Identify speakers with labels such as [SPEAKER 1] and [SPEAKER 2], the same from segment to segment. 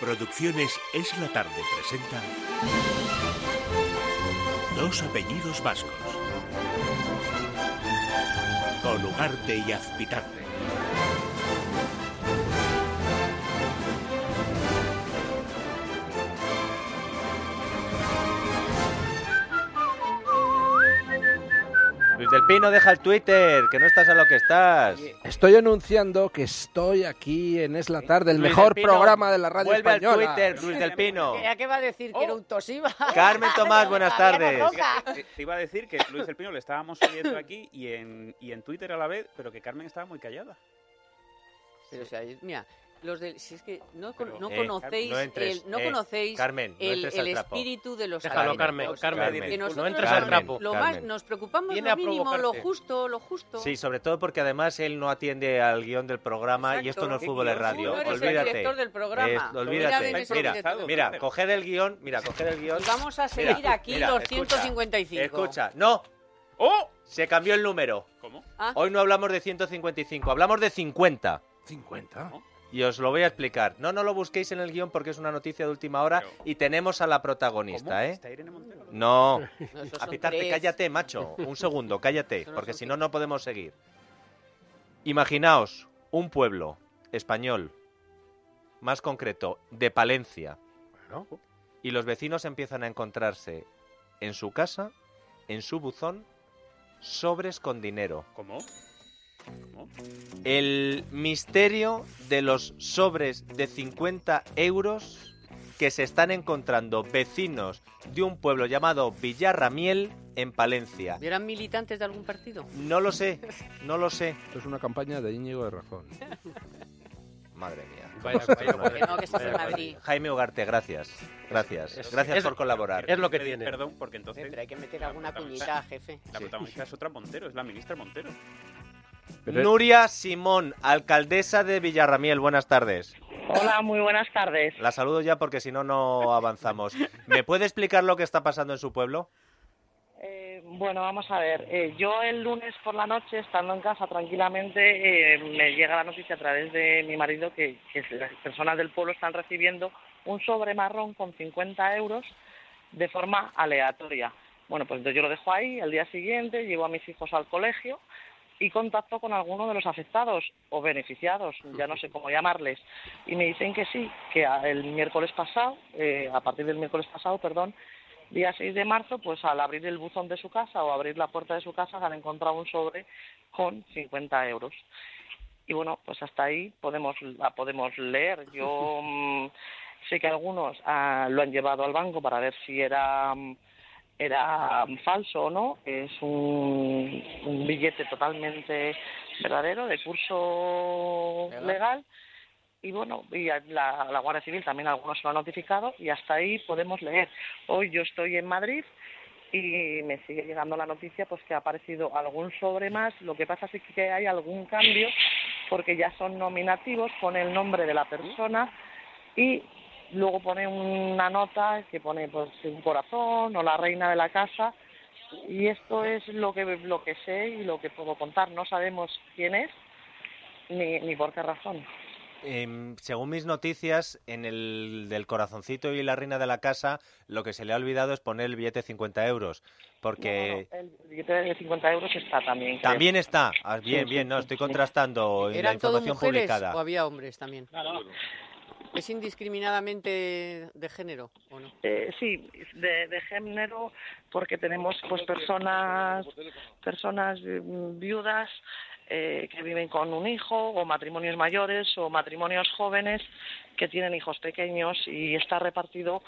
[SPEAKER 1] Producciones Es la Tarde presenta Dos apellidos vascos con Ugarte y Azpitarte.
[SPEAKER 2] Luis del Pino, deja el Twitter, que no estás a lo que estás.
[SPEAKER 3] Estoy anunciando que estoy aquí en Es la Tarde, el
[SPEAKER 2] Luis
[SPEAKER 3] mejor
[SPEAKER 2] del Pino,
[SPEAKER 3] programa de la radio
[SPEAKER 2] vuelve al
[SPEAKER 3] española.
[SPEAKER 2] Twitter, Luis del Pino.
[SPEAKER 4] ¿Ya qué va a decir que era
[SPEAKER 2] Oh.
[SPEAKER 4] un tosiva?
[SPEAKER 2] Carmen Tomás, buenas tardes.
[SPEAKER 4] Loca.
[SPEAKER 5] Te- Te iba a decir que Luis del Pino le estábamos siguiendo aquí y en, y en Twitter a la vez, pero que Carmen estaba muy callada.
[SPEAKER 4] Pero o sea, mira, los del, si es que no, con-
[SPEAKER 5] Pero,
[SPEAKER 4] no
[SPEAKER 2] eh,
[SPEAKER 4] conocéis
[SPEAKER 2] no entres,
[SPEAKER 4] el, no
[SPEAKER 2] eh,
[SPEAKER 4] conocéis
[SPEAKER 2] Carmen, no
[SPEAKER 4] el,
[SPEAKER 2] entres
[SPEAKER 4] el
[SPEAKER 2] al trapo.
[SPEAKER 4] espíritu de los
[SPEAKER 6] Déjalo, Carmen,
[SPEAKER 4] alimentos.
[SPEAKER 6] Carmen,
[SPEAKER 2] Carmen.
[SPEAKER 4] que nosotros
[SPEAKER 6] no entres
[SPEAKER 2] Carmen,
[SPEAKER 6] al trapo.
[SPEAKER 4] lo
[SPEAKER 2] Carmen.
[SPEAKER 4] más nos preocupamos
[SPEAKER 6] Viene
[SPEAKER 4] lo
[SPEAKER 6] a
[SPEAKER 4] mínimo, lo
[SPEAKER 6] provocarte.
[SPEAKER 4] justo, lo justo.
[SPEAKER 2] Sí, sobre todo porque además él no atiende al guión del programa y esto
[SPEAKER 4] Exacto.
[SPEAKER 2] no es fútbol, es
[SPEAKER 5] Tú
[SPEAKER 4] Tú
[SPEAKER 2] radio.
[SPEAKER 4] no eres el
[SPEAKER 2] olvídate.
[SPEAKER 4] director del programa.
[SPEAKER 2] Es-
[SPEAKER 4] Mira, ven,
[SPEAKER 2] olvídate.
[SPEAKER 4] eres el
[SPEAKER 2] Mira,
[SPEAKER 4] director del
[SPEAKER 2] mira,
[SPEAKER 4] programa.
[SPEAKER 2] coger el guión, mira, coger el guión.
[SPEAKER 4] Y vamos a seguir
[SPEAKER 2] Mira,
[SPEAKER 4] aquí
[SPEAKER 2] mira,
[SPEAKER 4] los
[SPEAKER 2] escucha,
[SPEAKER 4] 155.
[SPEAKER 2] Escucha, no,
[SPEAKER 5] ¡Oh!
[SPEAKER 2] se cambió el número.
[SPEAKER 5] ¿Cómo?
[SPEAKER 4] Ah,
[SPEAKER 2] Hoy no hablamos de 155, hablamos de 50.
[SPEAKER 3] 50.
[SPEAKER 2] Y os lo voy a explicar. No, no lo busquéis en el guión porque es una noticia de última hora
[SPEAKER 5] Pero-
[SPEAKER 2] y tenemos a la protagonista,
[SPEAKER 5] ¿Cómo?
[SPEAKER 2] ¿eh?
[SPEAKER 5] ¿Está Irene Montero?
[SPEAKER 2] No,
[SPEAKER 4] Este- no, esos son
[SPEAKER 2] apitarte,
[SPEAKER 4] tres.
[SPEAKER 2] cállate, macho. Un segundo, cállate,
[SPEAKER 4] Eso no
[SPEAKER 2] porque
[SPEAKER 4] son
[SPEAKER 2] si
[SPEAKER 4] tres.
[SPEAKER 2] no, no podemos seguir. Imaginaos un pueblo español, más concreto, de Palencia, y los vecinos empiezan a encontrarse en su casa, en su buzón, sobres con dinero.
[SPEAKER 5] ¿Cómo?
[SPEAKER 2] El misterio de los sobres de 50 euros que se están encontrando vecinos de un pueblo llamado Villarramiel en Palencia.
[SPEAKER 4] ¿Eran militantes de algún partido?
[SPEAKER 2] No lo sé, no lo sé.
[SPEAKER 3] Esto es una campaña de Íñigo de Rajón.
[SPEAKER 2] Madre mía.
[SPEAKER 6] Vaya, vaya,
[SPEAKER 4] Que no, que estás en
[SPEAKER 6] Vaya,
[SPEAKER 4] Madrid.
[SPEAKER 2] Jaime Ugarte, gracias. Gracias. Gracias
[SPEAKER 6] es-
[SPEAKER 2] por colaborar.
[SPEAKER 6] Es lo que
[SPEAKER 5] Perdí-
[SPEAKER 6] tiene.
[SPEAKER 5] Perdón, porque
[SPEAKER 4] Sí,
[SPEAKER 5] entonces
[SPEAKER 4] Pero hay que meter
[SPEAKER 5] la
[SPEAKER 4] alguna
[SPEAKER 5] protagonista-
[SPEAKER 4] cuñita, jefe.
[SPEAKER 5] la
[SPEAKER 2] Sí.
[SPEAKER 5] protagonista es otra Montero, es la ministra Montero.
[SPEAKER 3] Pero es-
[SPEAKER 2] Nuria Simón, alcaldesa de Villarramiel, buenas tardes.
[SPEAKER 7] Hola, muy buenas tardes.
[SPEAKER 2] La saludo ya porque si no, no avanzamos. ¿Me puede explicar lo que está pasando en su pueblo?
[SPEAKER 7] Eh, bueno, vamos a ver. eh, yo el lunes por la noche, estando en casa tranquilamente, eh, me llega la noticia a través de mi marido que, que las personas del pueblo están recibiendo un sobre marrón con 50 euros de forma aleatoria. Bueno, pues entonces yo lo dejo ahí, al día siguiente llevo a mis hijos al colegio y contacto con alguno de los afectados o beneficiados, ya no sé cómo llamarles, y me dicen que sí, que a- el miércoles pasado, eh, a partir del miércoles pasado, perdón, día 6 de marzo, pues al abrir el buzón de su casa o abrir la puerta de su casa, se han encontrado un sobre con 50 euros. Y bueno, pues hasta ahí podemos, la podemos leer. Yo mm, sé que algunos ah, lo han llevado al banco para ver si era, mm, era mm, falso o no. Es un, un billete totalmente verdadero, de curso
[SPEAKER 4] Legal.
[SPEAKER 7] legal. Y bueno, y a la, la Guardia Civil también algunos lo han notificado y hasta ahí podemos leer. Hoy yo estoy en Madrid y me sigue llegando la noticia pues que ha aparecido algún sobre más. Lo que pasa es que hay algún cambio porque ya son nominativos, pone el nombre de la persona y luego pone una nota que pone pues un corazón o la reina de la casa y esto es lo que lo que sé y lo que puedo contar. No sabemos quién es ni, ni por qué razón.
[SPEAKER 2] Em, según mis noticias, en el del corazoncito y la reina de la casa, lo que se le ha olvidado es poner el billete 50 euros. Porque
[SPEAKER 7] No, no, el billete de 50 euros está también. creo.
[SPEAKER 2] también está. Ah, Bien,
[SPEAKER 7] sí,
[SPEAKER 2] bien, no,
[SPEAKER 7] sí,
[SPEAKER 2] estoy
[SPEAKER 7] sí.
[SPEAKER 2] contrastando en la
[SPEAKER 4] ¿Eran todos
[SPEAKER 2] información
[SPEAKER 4] mujeres
[SPEAKER 2] publicada.
[SPEAKER 4] o había hombres también?
[SPEAKER 5] Claro.
[SPEAKER 4] ¿Es indiscriminadamente de género o no?
[SPEAKER 7] Eh, sí, de, de género, porque tenemos pues personas, personas eh, viudas eh, que viven con un hijo, o matrimonios mayores, o matrimonios jóvenes que tienen hijos pequeños y está repartido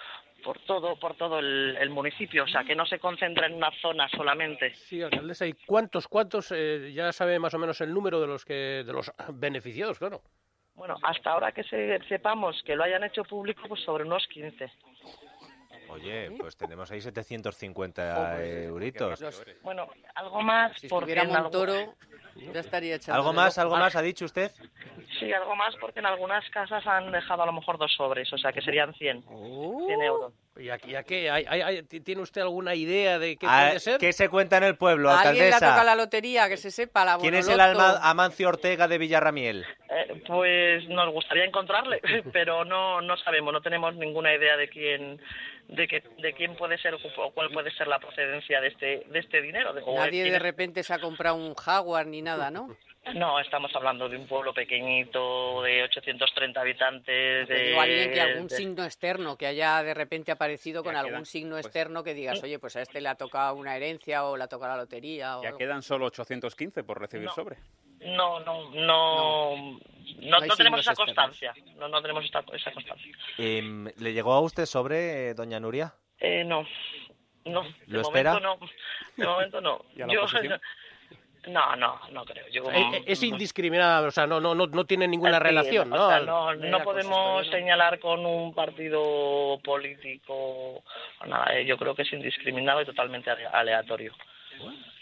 [SPEAKER 7] por todo, por todo el, el municipio, o sea que no se concentra en una zona solamente.
[SPEAKER 6] Sí, alcaldesa, ¿y cuántos, cuántos? eh, ya sabe más o menos el número de los que de los beneficiados, claro.
[SPEAKER 7] Bueno, hasta ahora que se- sepamos que lo hayan hecho público, pues sobre unos 15.
[SPEAKER 2] Oye, pues tenemos ahí
[SPEAKER 4] Oh, pues
[SPEAKER 2] 750 euritos.
[SPEAKER 4] Los-
[SPEAKER 7] Bueno, algo más,
[SPEAKER 4] si
[SPEAKER 7] porque
[SPEAKER 4] estuviera
[SPEAKER 7] en algún-
[SPEAKER 4] Montoro, ya estaría echando
[SPEAKER 2] ¿Algo
[SPEAKER 4] de
[SPEAKER 2] más,
[SPEAKER 4] loco.
[SPEAKER 2] algo más ha dicho usted?
[SPEAKER 7] Sí, algo más porque en algunas casas han dejado a lo mejor dos sobres, o sea que serían 100,
[SPEAKER 4] Oh.
[SPEAKER 7] 100 euros.
[SPEAKER 6] ¿Y a, y a qué? ¿Hay- hay- hay- ti- ¿Tiene usted alguna idea de qué
[SPEAKER 2] Ah,
[SPEAKER 6] puede ser?
[SPEAKER 2] ¿Qué se cuenta en el pueblo,
[SPEAKER 4] ¿A alguien le
[SPEAKER 2] alcaldesa?
[SPEAKER 4] toca la lotería? Que se sepa, la
[SPEAKER 2] ¿Quién es el
[SPEAKER 4] Bonoloto.
[SPEAKER 2] alma- Ah, Amancio Ortega de Villarramiel?
[SPEAKER 7] Eh, pues nos gustaría encontrarle, pero no, no sabemos, no tenemos ninguna idea de quién de, que, de quién puede ser o cuál puede ser la procedencia de este de este dinero. de- o
[SPEAKER 4] Nadie
[SPEAKER 7] quién
[SPEAKER 4] de
[SPEAKER 7] es-
[SPEAKER 4] repente se ha comprado un Jaguar ni nada, ¿no?
[SPEAKER 7] No, estamos hablando de un pueblo pequeñito de 830 habitantes.
[SPEAKER 4] Te
[SPEAKER 7] De,
[SPEAKER 4] digo, alguien que algún
[SPEAKER 7] de-
[SPEAKER 4] signo externo que haya de repente aparecido con
[SPEAKER 5] Ya
[SPEAKER 4] algún
[SPEAKER 5] quedan,
[SPEAKER 4] signo
[SPEAKER 5] pues-
[SPEAKER 4] externo que digas, oye, pues a este le ha tocado una herencia o le ha tocado la lotería o
[SPEAKER 5] Ya
[SPEAKER 4] algo.
[SPEAKER 5] quedan solo 815 por recibir
[SPEAKER 7] No.
[SPEAKER 5] sobre.
[SPEAKER 7] No, no, no, no,
[SPEAKER 4] hay
[SPEAKER 7] no tenemos
[SPEAKER 4] signos
[SPEAKER 7] esa
[SPEAKER 4] externos.
[SPEAKER 7] constancia. No, no tenemos esta- esa constancia.
[SPEAKER 2] Em, ¿Le llegó a usted sobre, eh, doña Nuria?
[SPEAKER 7] Eh, no, no. De
[SPEAKER 2] ¿Lo espera?
[SPEAKER 7] momento no. De momento no.
[SPEAKER 5] ¿Y a la oposición?
[SPEAKER 7] no, no, no creo. Yo,
[SPEAKER 6] Eh, eh, Es indiscriminada, o sea, no, no, no, no tiene ninguna
[SPEAKER 7] Sí,
[SPEAKER 6] relación,
[SPEAKER 7] Mm. o
[SPEAKER 6] ¿no?
[SPEAKER 7] sea,
[SPEAKER 6] Al-
[SPEAKER 7] no, no
[SPEAKER 4] de la
[SPEAKER 7] podemos
[SPEAKER 4] consistoría, ¿no?
[SPEAKER 7] señalar con un partido político o nada. eh, Yo creo que es indiscriminado y totalmente ale- aleatorio.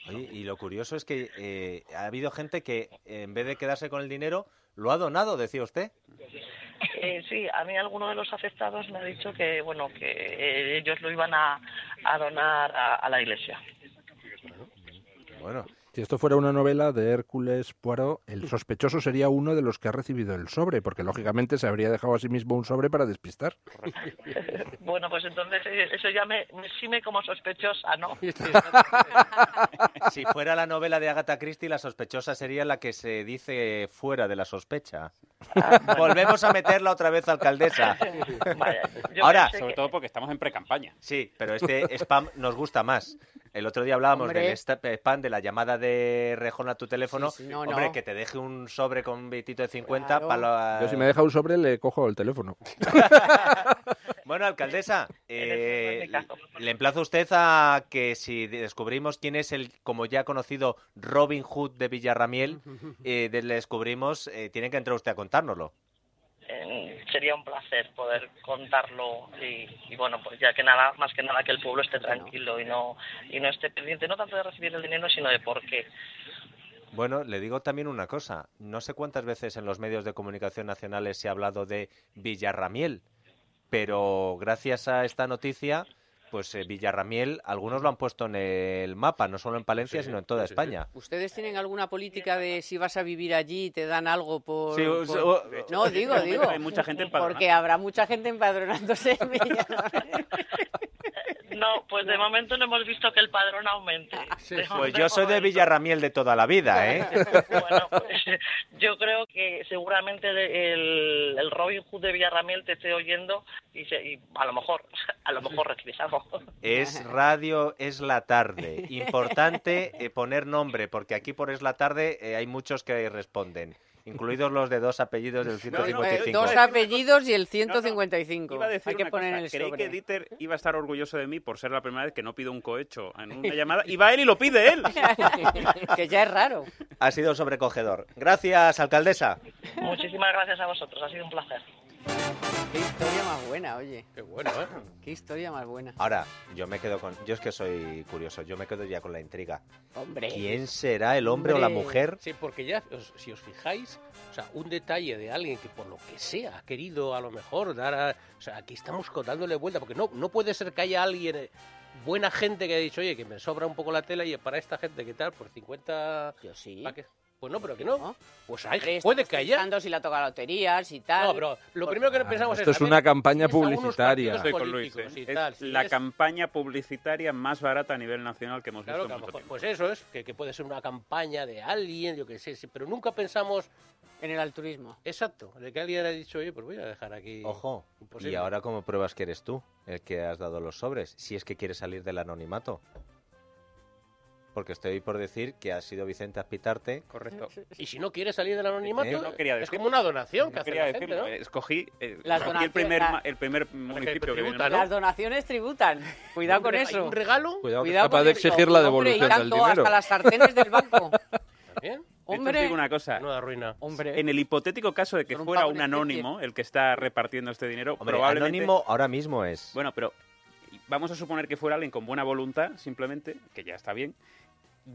[SPEAKER 2] Oye, y lo curioso es que eh, ha habido gente que, en vez de quedarse con el dinero, lo ha donado, decía usted.
[SPEAKER 7] Eh, sí, a mí alguno de los afectados me ha dicho que, bueno, que eh, ellos lo iban a, a donar a, a la iglesia.
[SPEAKER 2] Bueno,
[SPEAKER 3] Si esto fuera una novela de Hércules Poirot, el sospechoso sería uno de los que ha recibido el sobre, porque lógicamente se habría dejado a sí mismo un sobre para despistar.
[SPEAKER 7] Bueno, pues entonces eh, eso ya me, me exime como sospechosa, ¿no?
[SPEAKER 2] si fuera la novela de Agatha Christie, la sospechosa sería la que se dice fuera de la sospecha. Volvemos a meterla otra vez, alcaldesa.
[SPEAKER 7] Vaya, yo
[SPEAKER 2] Ahora,
[SPEAKER 7] pensé
[SPEAKER 5] Sobre
[SPEAKER 7] que-
[SPEAKER 5] todo porque estamos en pre-campaña.
[SPEAKER 2] Sí, pero este spam nos gusta más. El otro día hablábamos
[SPEAKER 4] Hombre.
[SPEAKER 2] del esta- eh, spam, de la llamada de rejón a tu teléfono.
[SPEAKER 4] Sí, sí, no,
[SPEAKER 2] Hombre,
[SPEAKER 4] no.
[SPEAKER 2] que te deje un sobre con un bitito de 50
[SPEAKER 4] Claro.
[SPEAKER 2] para...
[SPEAKER 3] Yo si me deja un sobre le cojo el teléfono.
[SPEAKER 2] Bueno, alcaldesa,
[SPEAKER 7] En ese-
[SPEAKER 2] eh,
[SPEAKER 7] en ese caso.
[SPEAKER 2] le emplazo a usted a que si descubrimos quién es el, como ya conocido, Robin Hood de Villarramiel, eh, de- le descubrimos, eh, tiene que entrar usted a contárnoslo.
[SPEAKER 7] eh, sería un placer poder contarlo y, y bueno pues ya que nada más que nada que el pueblo esté tranquilo y no y no esté pendiente no tanto de recibir el dinero sino de por qué
[SPEAKER 2] Bueno, le digo también una cosa. No sé cuántas veces en los medios de comunicación nacionales se ha hablado de Villarramiel, pero gracias a esta noticia, pues eh, Villarramiel, algunos lo han puesto en el mapa, no solo en Palencia, sino en toda España.
[SPEAKER 4] ¿Ustedes tienen alguna política de si vas a vivir allí y te dan algo por...?
[SPEAKER 2] Sí,
[SPEAKER 4] por-
[SPEAKER 2] o- o-
[SPEAKER 4] Pues, No, digo,
[SPEAKER 5] Hay
[SPEAKER 4] digo.
[SPEAKER 5] mucha gente empadronada.
[SPEAKER 4] Porque habrá mucha gente empadronándose en Villarreal.
[SPEAKER 7] no pues de momento no hemos visto que el padrón aumente De
[SPEAKER 2] Pues
[SPEAKER 7] momento
[SPEAKER 2] yo soy de
[SPEAKER 7] hemos visto-
[SPEAKER 2] Villarramiel de toda la vida, ¿eh?
[SPEAKER 7] bueno, pues, yo creo que seguramente de- el, el Robin Hood de Villarramiel te esté oyendo y, se- y a lo mejor a lo mejor recibes algo
[SPEAKER 2] Es radio, es la tarde. Importante eh, poner nombre, porque aquí por es la tarde eh, hay muchos que responden, incluidos los de dos apellidos del
[SPEAKER 5] No, no, eh,
[SPEAKER 4] Eh,
[SPEAKER 2] 155.
[SPEAKER 4] Dos apellidos y el
[SPEAKER 5] No, no.
[SPEAKER 4] 155.
[SPEAKER 5] Iba a decir
[SPEAKER 4] Hay que
[SPEAKER 5] una
[SPEAKER 4] poner
[SPEAKER 5] cosa.
[SPEAKER 4] en el
[SPEAKER 5] Creí
[SPEAKER 4] sobre.
[SPEAKER 5] que Dieter iba a estar orgulloso de mí por ser la primera vez que no pido un cohecho en una llamada. Y va él y lo pide él.
[SPEAKER 4] que ya es raro.
[SPEAKER 2] Ha sido sobrecogedor. Gracias, alcaldesa.
[SPEAKER 7] muchísimas gracias a vosotros ha sido un placer
[SPEAKER 4] Qué historia más buena, oye.
[SPEAKER 6] Qué bueno, ¿eh?
[SPEAKER 4] Qué historia más buena.
[SPEAKER 2] Ahora, yo me quedo con. Yo es que soy curioso, yo me quedo ya con la intriga.
[SPEAKER 4] Hombre.
[SPEAKER 2] ¿Quién será el hombre o la
[SPEAKER 4] Eh, Hombre.
[SPEAKER 2] mujer?
[SPEAKER 6] Sí, porque ya, os- si os fijáis, o sea, un detalle de alguien que por lo que sea ha querido a lo mejor dar a... O sea, aquí estamos co- dándole vuelta, porque no, no puede ser que haya alguien, eh, buena gente que haya dicho, oye, que me sobra un poco la tela y para esta gente que tal, por 50...
[SPEAKER 4] Yo sí.
[SPEAKER 6] ¿pa' qué?". Pues no, pero que no.
[SPEAKER 4] ¿No?
[SPEAKER 6] Pues hay,
[SPEAKER 4] Hombre,
[SPEAKER 6] puede
[SPEAKER 4] estamos
[SPEAKER 6] que haya...
[SPEAKER 4] pensando si la toca la lotería, si tal.
[SPEAKER 6] No, pero lo primero que
[SPEAKER 3] Ah,
[SPEAKER 6] pensamos
[SPEAKER 3] esto es
[SPEAKER 6] también,
[SPEAKER 3] una campaña
[SPEAKER 6] si tienes algunos
[SPEAKER 3] publicitaria.
[SPEAKER 6] partidos
[SPEAKER 5] Estoy con Luis.
[SPEAKER 6] políticos
[SPEAKER 5] ¿eh?
[SPEAKER 6] y
[SPEAKER 5] Es
[SPEAKER 6] tal, si
[SPEAKER 5] la
[SPEAKER 6] tienes-
[SPEAKER 5] campaña publicitaria más barata a nivel nacional que hemos
[SPEAKER 6] Claro,
[SPEAKER 5] visto
[SPEAKER 6] que a
[SPEAKER 5] en
[SPEAKER 6] lo
[SPEAKER 5] mucho
[SPEAKER 6] mejor,
[SPEAKER 5] tiempo.
[SPEAKER 6] pues eso es, que, que puede ser una campaña de alguien, yo qué sé, sí, pero nunca pensamos,
[SPEAKER 4] En el altruismo.
[SPEAKER 6] exacto, de que alguien ha dicho, oye, pues voy a dejar aquí.
[SPEAKER 2] Ojo.
[SPEAKER 6] Imposible.
[SPEAKER 2] Y ahora, ¿cómo pruebas que eres tú el que has dado los sobres? Si es que quieres salir del anonimato. Porque estoy por decir que ha sido Vicente Aspitarte.
[SPEAKER 5] Correcto.
[SPEAKER 6] Y si no quiere salir del anonimato,
[SPEAKER 2] Yo
[SPEAKER 5] no quería
[SPEAKER 6] es
[SPEAKER 5] decirlo.
[SPEAKER 6] como una donación que hace
[SPEAKER 5] Quería
[SPEAKER 6] la gente,
[SPEAKER 5] decirlo,
[SPEAKER 6] ¿no?
[SPEAKER 5] eh, escogí, eh,
[SPEAKER 4] Las
[SPEAKER 5] escogí el primer,
[SPEAKER 4] donaciones,
[SPEAKER 5] ma- el primer municipio que viene.
[SPEAKER 6] tributa, ¿no?
[SPEAKER 4] Las donaciones tributan. Cuidado con
[SPEAKER 6] Hay
[SPEAKER 4] eso.
[SPEAKER 6] Un regalo,
[SPEAKER 3] Cuidado, que es
[SPEAKER 4] Cuidado
[SPEAKER 3] capaz
[SPEAKER 4] con
[SPEAKER 3] de
[SPEAKER 4] eso.
[SPEAKER 3] exigir la
[SPEAKER 4] Hombre, y
[SPEAKER 3] devolución del
[SPEAKER 4] tanto,
[SPEAKER 3] dinero.
[SPEAKER 4] hasta las sartenes del banco.
[SPEAKER 6] también.
[SPEAKER 5] De hecho, os
[SPEAKER 4] Hombre.
[SPEAKER 5] digo una cosa.
[SPEAKER 6] Nueva Pues ruina.
[SPEAKER 4] Hombre.
[SPEAKER 5] En el hipotético caso de que
[SPEAKER 4] Son un
[SPEAKER 5] fuera
[SPEAKER 4] pago en
[SPEAKER 5] un
[SPEAKER 4] especie.
[SPEAKER 5] anónimo el que está repartiendo este dinero,
[SPEAKER 2] Hombre,
[SPEAKER 5] probablemente...
[SPEAKER 2] anónimo ahora mismo es.
[SPEAKER 5] Bueno, pero vamos a suponer que fuera alguien con buena voluntad, simplemente, que ya está bien.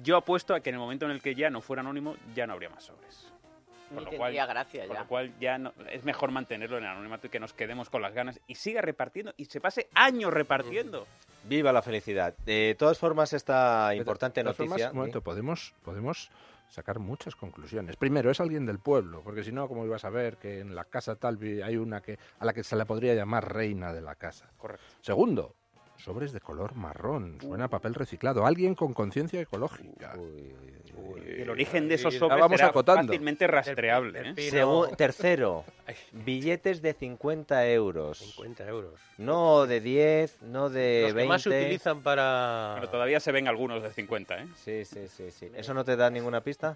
[SPEAKER 5] Yo apuesto a que en el momento en el que ya no fuera anónimo, ya no habría más sobres. Con
[SPEAKER 4] Ni
[SPEAKER 5] lo
[SPEAKER 4] tendría
[SPEAKER 5] cual,
[SPEAKER 4] gracia
[SPEAKER 5] con
[SPEAKER 4] ya.
[SPEAKER 5] lo cual ya no- es mejor mantenerlo en anonimato y que nos quedemos con las ganas y siga repartiendo y se pase años repartiendo.
[SPEAKER 2] Viva la felicidad. De todas formas, esta importante
[SPEAKER 3] De todas
[SPEAKER 2] noticia.
[SPEAKER 3] formas, un momento, podemos, podemos sacar muchas conclusiones. Primero, es alguien del pueblo, porque si no, ¿cómo ibas a ver que en la casa tal vi- hay una que a la que se la podría llamar reina de la casa?
[SPEAKER 5] Correcto.
[SPEAKER 3] Segundo, sobres de color marrón, suena a papel reciclado, alguien con conciencia ecológica.
[SPEAKER 5] Y el origen de esos
[SPEAKER 6] Ya
[SPEAKER 5] sobres
[SPEAKER 3] vamos
[SPEAKER 5] será
[SPEAKER 3] acotando.
[SPEAKER 5] fácilmente rastreable.
[SPEAKER 6] Del- del
[SPEAKER 5] ¿eh?
[SPEAKER 6] pi-
[SPEAKER 2] Segu-
[SPEAKER 6] no.
[SPEAKER 2] tercero,
[SPEAKER 6] Ay,
[SPEAKER 2] billetes de 50 euros.
[SPEAKER 6] 50 euros.
[SPEAKER 2] No de 10, no de
[SPEAKER 6] Los
[SPEAKER 2] 20.
[SPEAKER 6] que más se utilizan para...
[SPEAKER 5] Pero todavía se ven algunos de 50, ¿eh?
[SPEAKER 2] Sí, sí, sí, sí. ¿Eso no te da ninguna pista?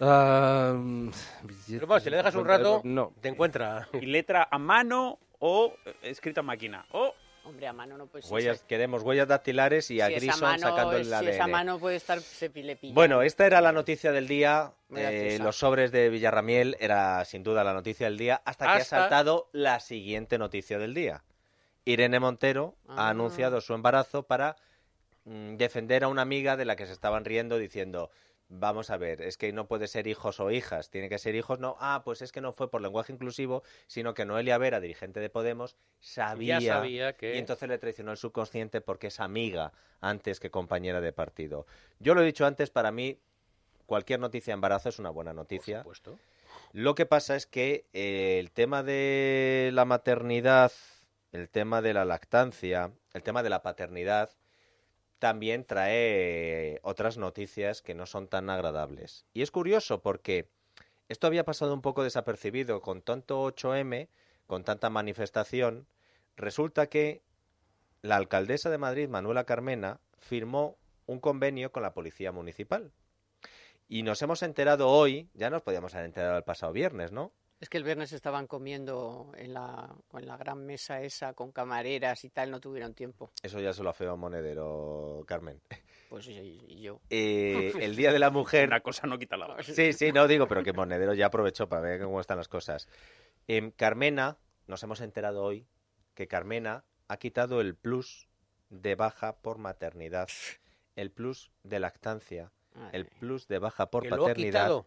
[SPEAKER 3] Ah, mm, billetes
[SPEAKER 6] Pero vamos, si le dejas un
[SPEAKER 3] 50
[SPEAKER 6] rato,
[SPEAKER 3] euros, no.
[SPEAKER 6] te encuentra.
[SPEAKER 5] Y letra a mano o eh, escrita a máquina. O
[SPEAKER 4] Hombre, a mano no
[SPEAKER 3] Pues
[SPEAKER 4] puede ser.
[SPEAKER 2] Huellas, queremos huellas dactilares y a
[SPEAKER 4] si
[SPEAKER 2] Grison
[SPEAKER 4] esa mano,
[SPEAKER 2] sacando el
[SPEAKER 4] si
[SPEAKER 2] ADN.
[SPEAKER 4] esa mano puede estar se pile pilla.
[SPEAKER 2] Bueno, eh. esta era la noticia del día.
[SPEAKER 4] Me da
[SPEAKER 2] Eh,
[SPEAKER 4] prisa.
[SPEAKER 2] los sobres de Villarramiel era sin duda la noticia del día, hasta, que ha
[SPEAKER 6] Hasta-
[SPEAKER 2] saltado la siguiente noticia del día. Irene Montero ha
[SPEAKER 4] Ah.
[SPEAKER 2] anunciado su embarazo para mm, defender a una amiga de la que se estaban riendo diciendo, vamos a ver, es que no puede ser hijos o hijas, tiene que ser hijos, no, ah, pues es que no fue por lenguaje inclusivo, sino que Noelia Vera, dirigente de Podemos, sabía,
[SPEAKER 6] Ya sabía que...
[SPEAKER 2] y entonces le traicionó el subconsciente porque es amiga antes que compañera de partido. Yo lo he dicho antes, para mí cualquier noticia de embarazo es una buena
[SPEAKER 6] por
[SPEAKER 2] noticia.
[SPEAKER 6] supuesto.
[SPEAKER 2] Lo que pasa es que eh, el tema de la maternidad, el tema de la lactancia, el tema de la paternidad, también trae otras noticias que no son tan agradables. Y es curioso porque esto había pasado un poco desapercibido con tanto 8M, con tanta manifestación. Resulta que la alcaldesa de Madrid, Manuela Carmena, firmó un convenio con la Policía Municipal. Y nos hemos enterado hoy, ya nos podíamos haber enterado el pasado viernes, ¿no?
[SPEAKER 4] Es que el viernes estaban comiendo en la, en la gran mesa esa con camareras y tal, no tuvieron tiempo.
[SPEAKER 2] Eso ya se lo feo Monedero, Carmen.
[SPEAKER 4] Pues y, y yo.
[SPEAKER 2] Eh, el Día de la
[SPEAKER 5] una
[SPEAKER 2] Mujer.
[SPEAKER 5] cosa no quita la otra.
[SPEAKER 2] Sí, sí, no digo, pero que Monedero ya aprovechó para ver cómo están las cosas. Em, Carmena, nos hemos enterado hoy que Carmena ha quitado el plus de baja por maternidad, el plus de lactancia,
[SPEAKER 4] Madre
[SPEAKER 2] el
[SPEAKER 4] mía.
[SPEAKER 2] plus de baja por
[SPEAKER 6] Que lo ha
[SPEAKER 2] paternidad.
[SPEAKER 6] quitado.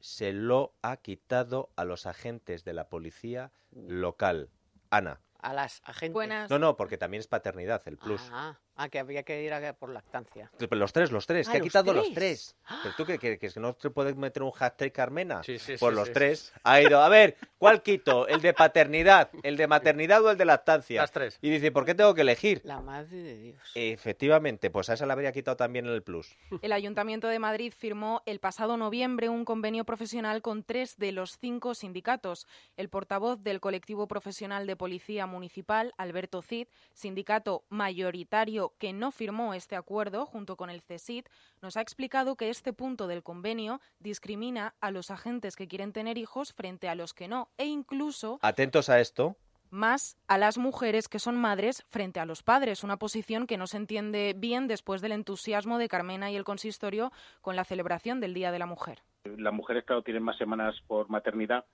[SPEAKER 2] se lo ha quitado a los agentes de la policía
[SPEAKER 6] Uh.
[SPEAKER 2] local. Ana.
[SPEAKER 4] A las agentes.
[SPEAKER 8] Buenas.
[SPEAKER 2] No, no, porque también es paternidad el plus.
[SPEAKER 4] Ah, ah, que había que ir a por lactancia.
[SPEAKER 2] Pero Los tres, los tres,
[SPEAKER 4] Ah,
[SPEAKER 2] que ha
[SPEAKER 4] los
[SPEAKER 2] quitado los
[SPEAKER 4] tres. Ah.
[SPEAKER 2] tres. Pero tú que, que, que no te puedes meter un hashtag Carmena
[SPEAKER 6] Sí, sí,
[SPEAKER 2] por
[SPEAKER 6] sí,
[SPEAKER 2] los
[SPEAKER 6] sí,
[SPEAKER 2] tres. Ha ido, a ver, ¿cuál quito? ¿El de paternidad? ¿El de maternidad o el de lactancia?
[SPEAKER 6] Las tres.
[SPEAKER 2] Y dice, ¿por qué tengo que elegir?
[SPEAKER 4] La madre de Dios.
[SPEAKER 2] Eh, Efectivamente, pues a esa le habría quitado también el plus.
[SPEAKER 8] El Ayuntamiento de Madrid firmó el pasado noviembre un convenio profesional con tres de los cinco sindicatos. El portavoz del colectivo profesional de policía municipal, Alberto Cid, sindicato mayoritario que no firmó este acuerdo junto con el CESID, nos ha explicado que este punto del convenio discrimina a los agentes que quieren tener hijos frente a los que no e incluso
[SPEAKER 2] Atentos a esto.
[SPEAKER 8] más a las mujeres que son madres frente a los padres, una posición que no se entiende bien después del entusiasmo de Carmena y el consistorio con la celebración del Día de la Mujer.
[SPEAKER 9] Las mujeres, claro, tienen más semanas por maternidad.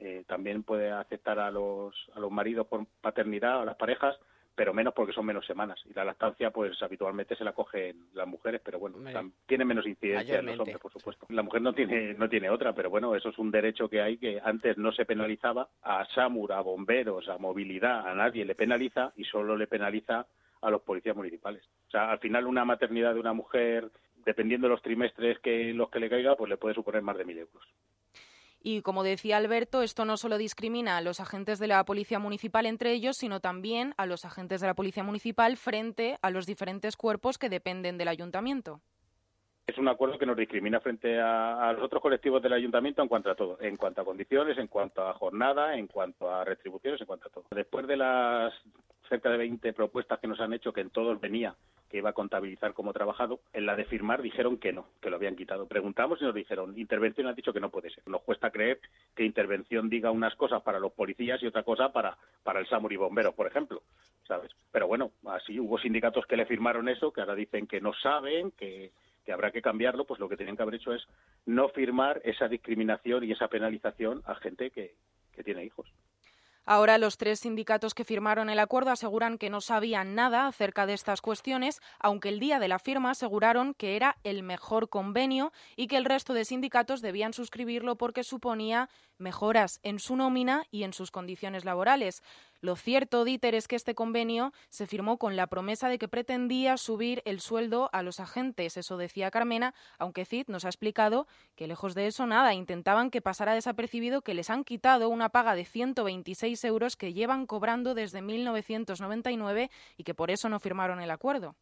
[SPEAKER 9] eh, también puede aceptar a los, a los maridos por paternidad, a las parejas, pero menos porque son menos semanas. Y la lactancia, pues habitualmente se la cogen las mujeres, pero bueno,
[SPEAKER 4] Hombre.
[SPEAKER 9] tam- tiene menos incidencia en los
[SPEAKER 4] Mayormente.
[SPEAKER 9] hombres, por supuesto. La mujer no tiene, no tiene otra, pero bueno, eso es un derecho que hay que antes no se penalizaba. A SAMUR, a bomberos, a movilidad, a nadie le penaliza y solo le penaliza a los policías municipales. O sea, al final una maternidad de una mujer, dependiendo de los trimestres que los que le caiga, pues le puede suponer más de mil euros.
[SPEAKER 8] Y como decía Alberto, esto no solo discrimina a los agentes de la Policía Municipal entre ellos, sino también a los agentes de la Policía Municipal frente a los diferentes cuerpos que dependen del ayuntamiento.
[SPEAKER 9] Es un acuerdo que nos discrimina frente a, a los otros colectivos del ayuntamiento en cuanto a todo, en cuanto a condiciones, en cuanto a jornada, en cuanto a retribuciones, en cuanto a todo. Después de las cerca de 20 propuestas que nos han hecho, que en todos venía que iba a contabilizar como trabajado, en la de firmar dijeron que no, que lo habían quitado. Preguntamos y nos dijeron, intervención ha dicho que no puede ser. Nos cuesta creer que intervención diga unas cosas para los policías y otra cosa para, para el SAMUR y bomberos, por ejemplo. ¿sabes? Pero bueno, así hubo sindicatos que le firmaron eso, que ahora dicen que no saben, que, que habrá que cambiarlo, pues lo que tenían que haber hecho es no firmar esa discriminación y esa penalización a gente que, que tiene hijos.
[SPEAKER 8] Ahora los tres sindicatos que firmaron el acuerdo aseguran que no sabían nada acerca de estas cuestiones, aunque el día de la firma aseguraron que era el mejor convenio y que el resto de sindicatos debían suscribirlo porque suponía mejoras en su nómina y en sus condiciones laborales. Lo cierto, Dieter, es que este convenio se firmó con la promesa de que pretendía subir el sueldo a los agentes, eso decía Carmena, aunque Cid nos ha explicado que lejos de eso nada, intentaban que pasara desapercibido que les han quitado una paga de 126 euros que llevan cobrando desde 1999 y que por eso no firmaron el acuerdo.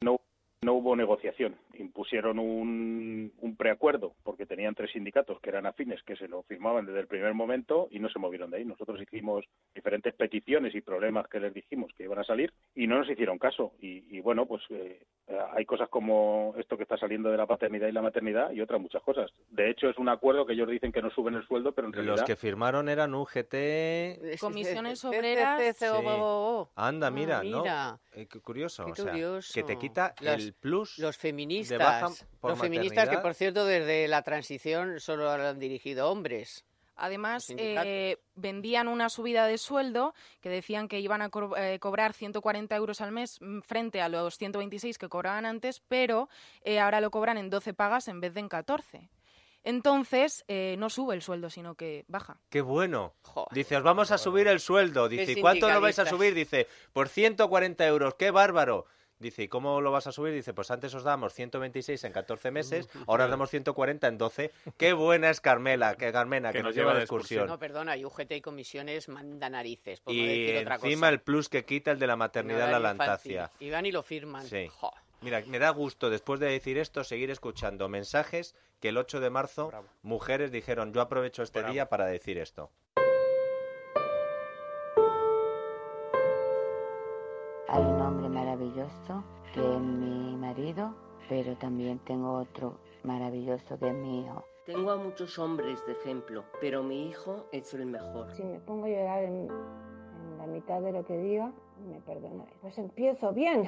[SPEAKER 9] No, no hubo negociación. Impusieron un, un preacuerdo porque tenían tres sindicatos que eran afines, que se lo firmaban desde el primer momento y no se movieron de ahí. Nosotros hicimos diferentes peticiones y problemas que les dijimos que iban a salir y no nos hicieron caso. Y, y bueno, pues eh, hay cosas como esto que está saliendo de la paternidad y la maternidad y otras muchas cosas. De hecho, es un acuerdo que ellos dicen que no suben el sueldo, pero en realidad...
[SPEAKER 2] Los que firmaron eran UGT.
[SPEAKER 8] Comisiones
[SPEAKER 4] Este,
[SPEAKER 8] obreras.
[SPEAKER 2] Sí.
[SPEAKER 4] oh,
[SPEAKER 2] Anda, mira, ¿no?
[SPEAKER 4] Ah, mira.
[SPEAKER 2] Eh, qué curioso.
[SPEAKER 4] Qué
[SPEAKER 2] o sea,
[SPEAKER 4] curioso.
[SPEAKER 2] que te quita
[SPEAKER 4] Las-
[SPEAKER 2] el plus.
[SPEAKER 4] Los feministas.
[SPEAKER 2] baja por
[SPEAKER 4] los feministas que,
[SPEAKER 2] maternidad.
[SPEAKER 4] por cierto, desde la transición solo han dirigido hombres.
[SPEAKER 8] Además,
[SPEAKER 4] Los sindicatos.
[SPEAKER 8] eh, vendían una subida de sueldo que decían que iban a co- eh, cobrar 140 euros al mes mm, frente a los 126 que cobraban antes, pero eh, ahora lo cobran en 12 pagas en vez de en 14. Entonces, eh, no sube el sueldo, sino que baja.
[SPEAKER 2] Qué bueno.
[SPEAKER 4] Joder.
[SPEAKER 2] Dice, os vamos a subir el sueldo. Dice,
[SPEAKER 4] Qué
[SPEAKER 2] "¿Y ¿cuánto lo vais a
[SPEAKER 4] sindicalistas.
[SPEAKER 2] subir? Dice, por 140 euros. ¡Qué bárbaro! Dice, ¿y cómo lo vas a subir? Dice, pues antes os dábamos 126 en 14 meses, ahora os damos 140 en 12. ¡Qué buena es Carmela! Que Carmena, que, nos lleva de excursión.
[SPEAKER 4] No, perdona, y UGT y comisiones manda narices, por no
[SPEAKER 2] y
[SPEAKER 4] decir otra cosa.
[SPEAKER 2] encima el plus que quita el de la maternidad a la
[SPEAKER 4] Ignorar infantil.
[SPEAKER 2] lantacia.
[SPEAKER 4] Y van y lo firman.
[SPEAKER 2] Sí.
[SPEAKER 4] Jo.
[SPEAKER 2] Mira, me da gusto después de decir esto seguir escuchando mensajes que el 8 de marzo mujeres dijeron yo aprovecho este día para decir esto.
[SPEAKER 10] Hay un hombre maravilloso que es mi marido, pero también tengo otro maravilloso que es mi hijo.
[SPEAKER 11] Tengo a muchos hombres de ejemplo, pero mi hijo es el mejor.
[SPEAKER 12] Si me pongo a llorar en, en la mitad de lo que diga, me perdonaré. Pues empiezo bien.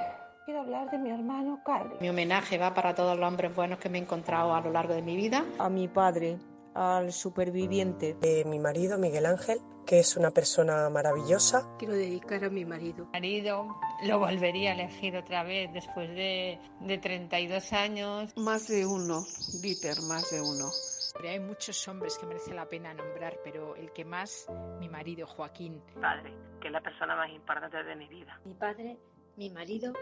[SPEAKER 12] Quiero hablar de mi hermano Carlos.
[SPEAKER 13] Mi homenaje va para todos los hombres buenos que me he encontrado a lo largo de mi vida. A mi padre, al superviviente.
[SPEAKER 14] de mi marido Miguel Ángel, que es una persona maravillosa.
[SPEAKER 13] Quiero dedicar a mi marido. Marido, lo volvería a elegir otra vez después de, 32 años.
[SPEAKER 15] Más de uno, Dieter, más de uno.
[SPEAKER 13] Hay muchos hombres que merece la pena nombrar, pero el que más, mi marido Joaquín.
[SPEAKER 16] padre, que es la persona más importante de mi vida.
[SPEAKER 13] Mi padre, mi marido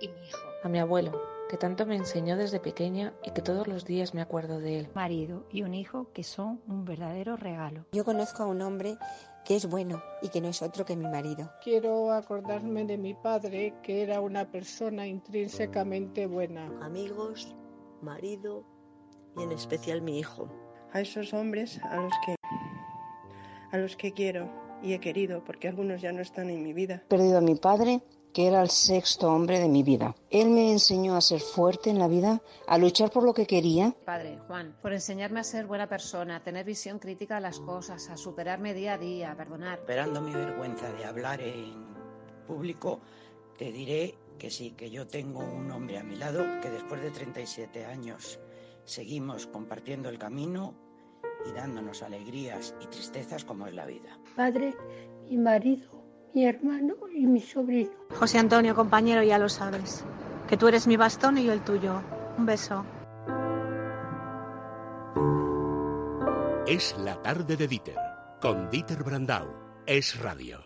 [SPEAKER 13] y mi hijo.
[SPEAKER 17] A mi abuelo, que tanto me enseñó desde pequeña y que todos los días me acuerdo de él.
[SPEAKER 18] marido y un hijo que son un verdadero regalo.
[SPEAKER 19] Yo conozco a un hombre que es bueno y que no es otro que mi marido.
[SPEAKER 15] Quiero acordarme de mi padre, que era una persona intrínsecamente buena. Amigos, marido y en especial mi hijo.
[SPEAKER 20] a esos hombres a los que a los que quiero y he querido porque algunos ya no están en mi vida.
[SPEAKER 10] He perdido a mi padre, que era el sexto hombre de mi vida. Él me enseñó a ser fuerte en la vida, a luchar por lo que quería.
[SPEAKER 13] Padre, Juan, por enseñarme a ser buena persona, a tener visión crítica a las cosas, a superarme día a día, a perdonar.
[SPEAKER 21] Superando mi vergüenza de hablar en público, te diré que sí, que yo tengo un hombre a mi lado que después de 37 años seguimos compartiendo el camino y dándonos alegrías y tristezas como es la vida.
[SPEAKER 13] Padre, mi marido, mi hermano y mi sobrino.
[SPEAKER 18] José Antonio, compañero, ya lo sabes, que tú eres mi bastón y yo el tuyo. Un beso.
[SPEAKER 1] Es la tarde de Dieter. Con Dieter Brandau. Es radio.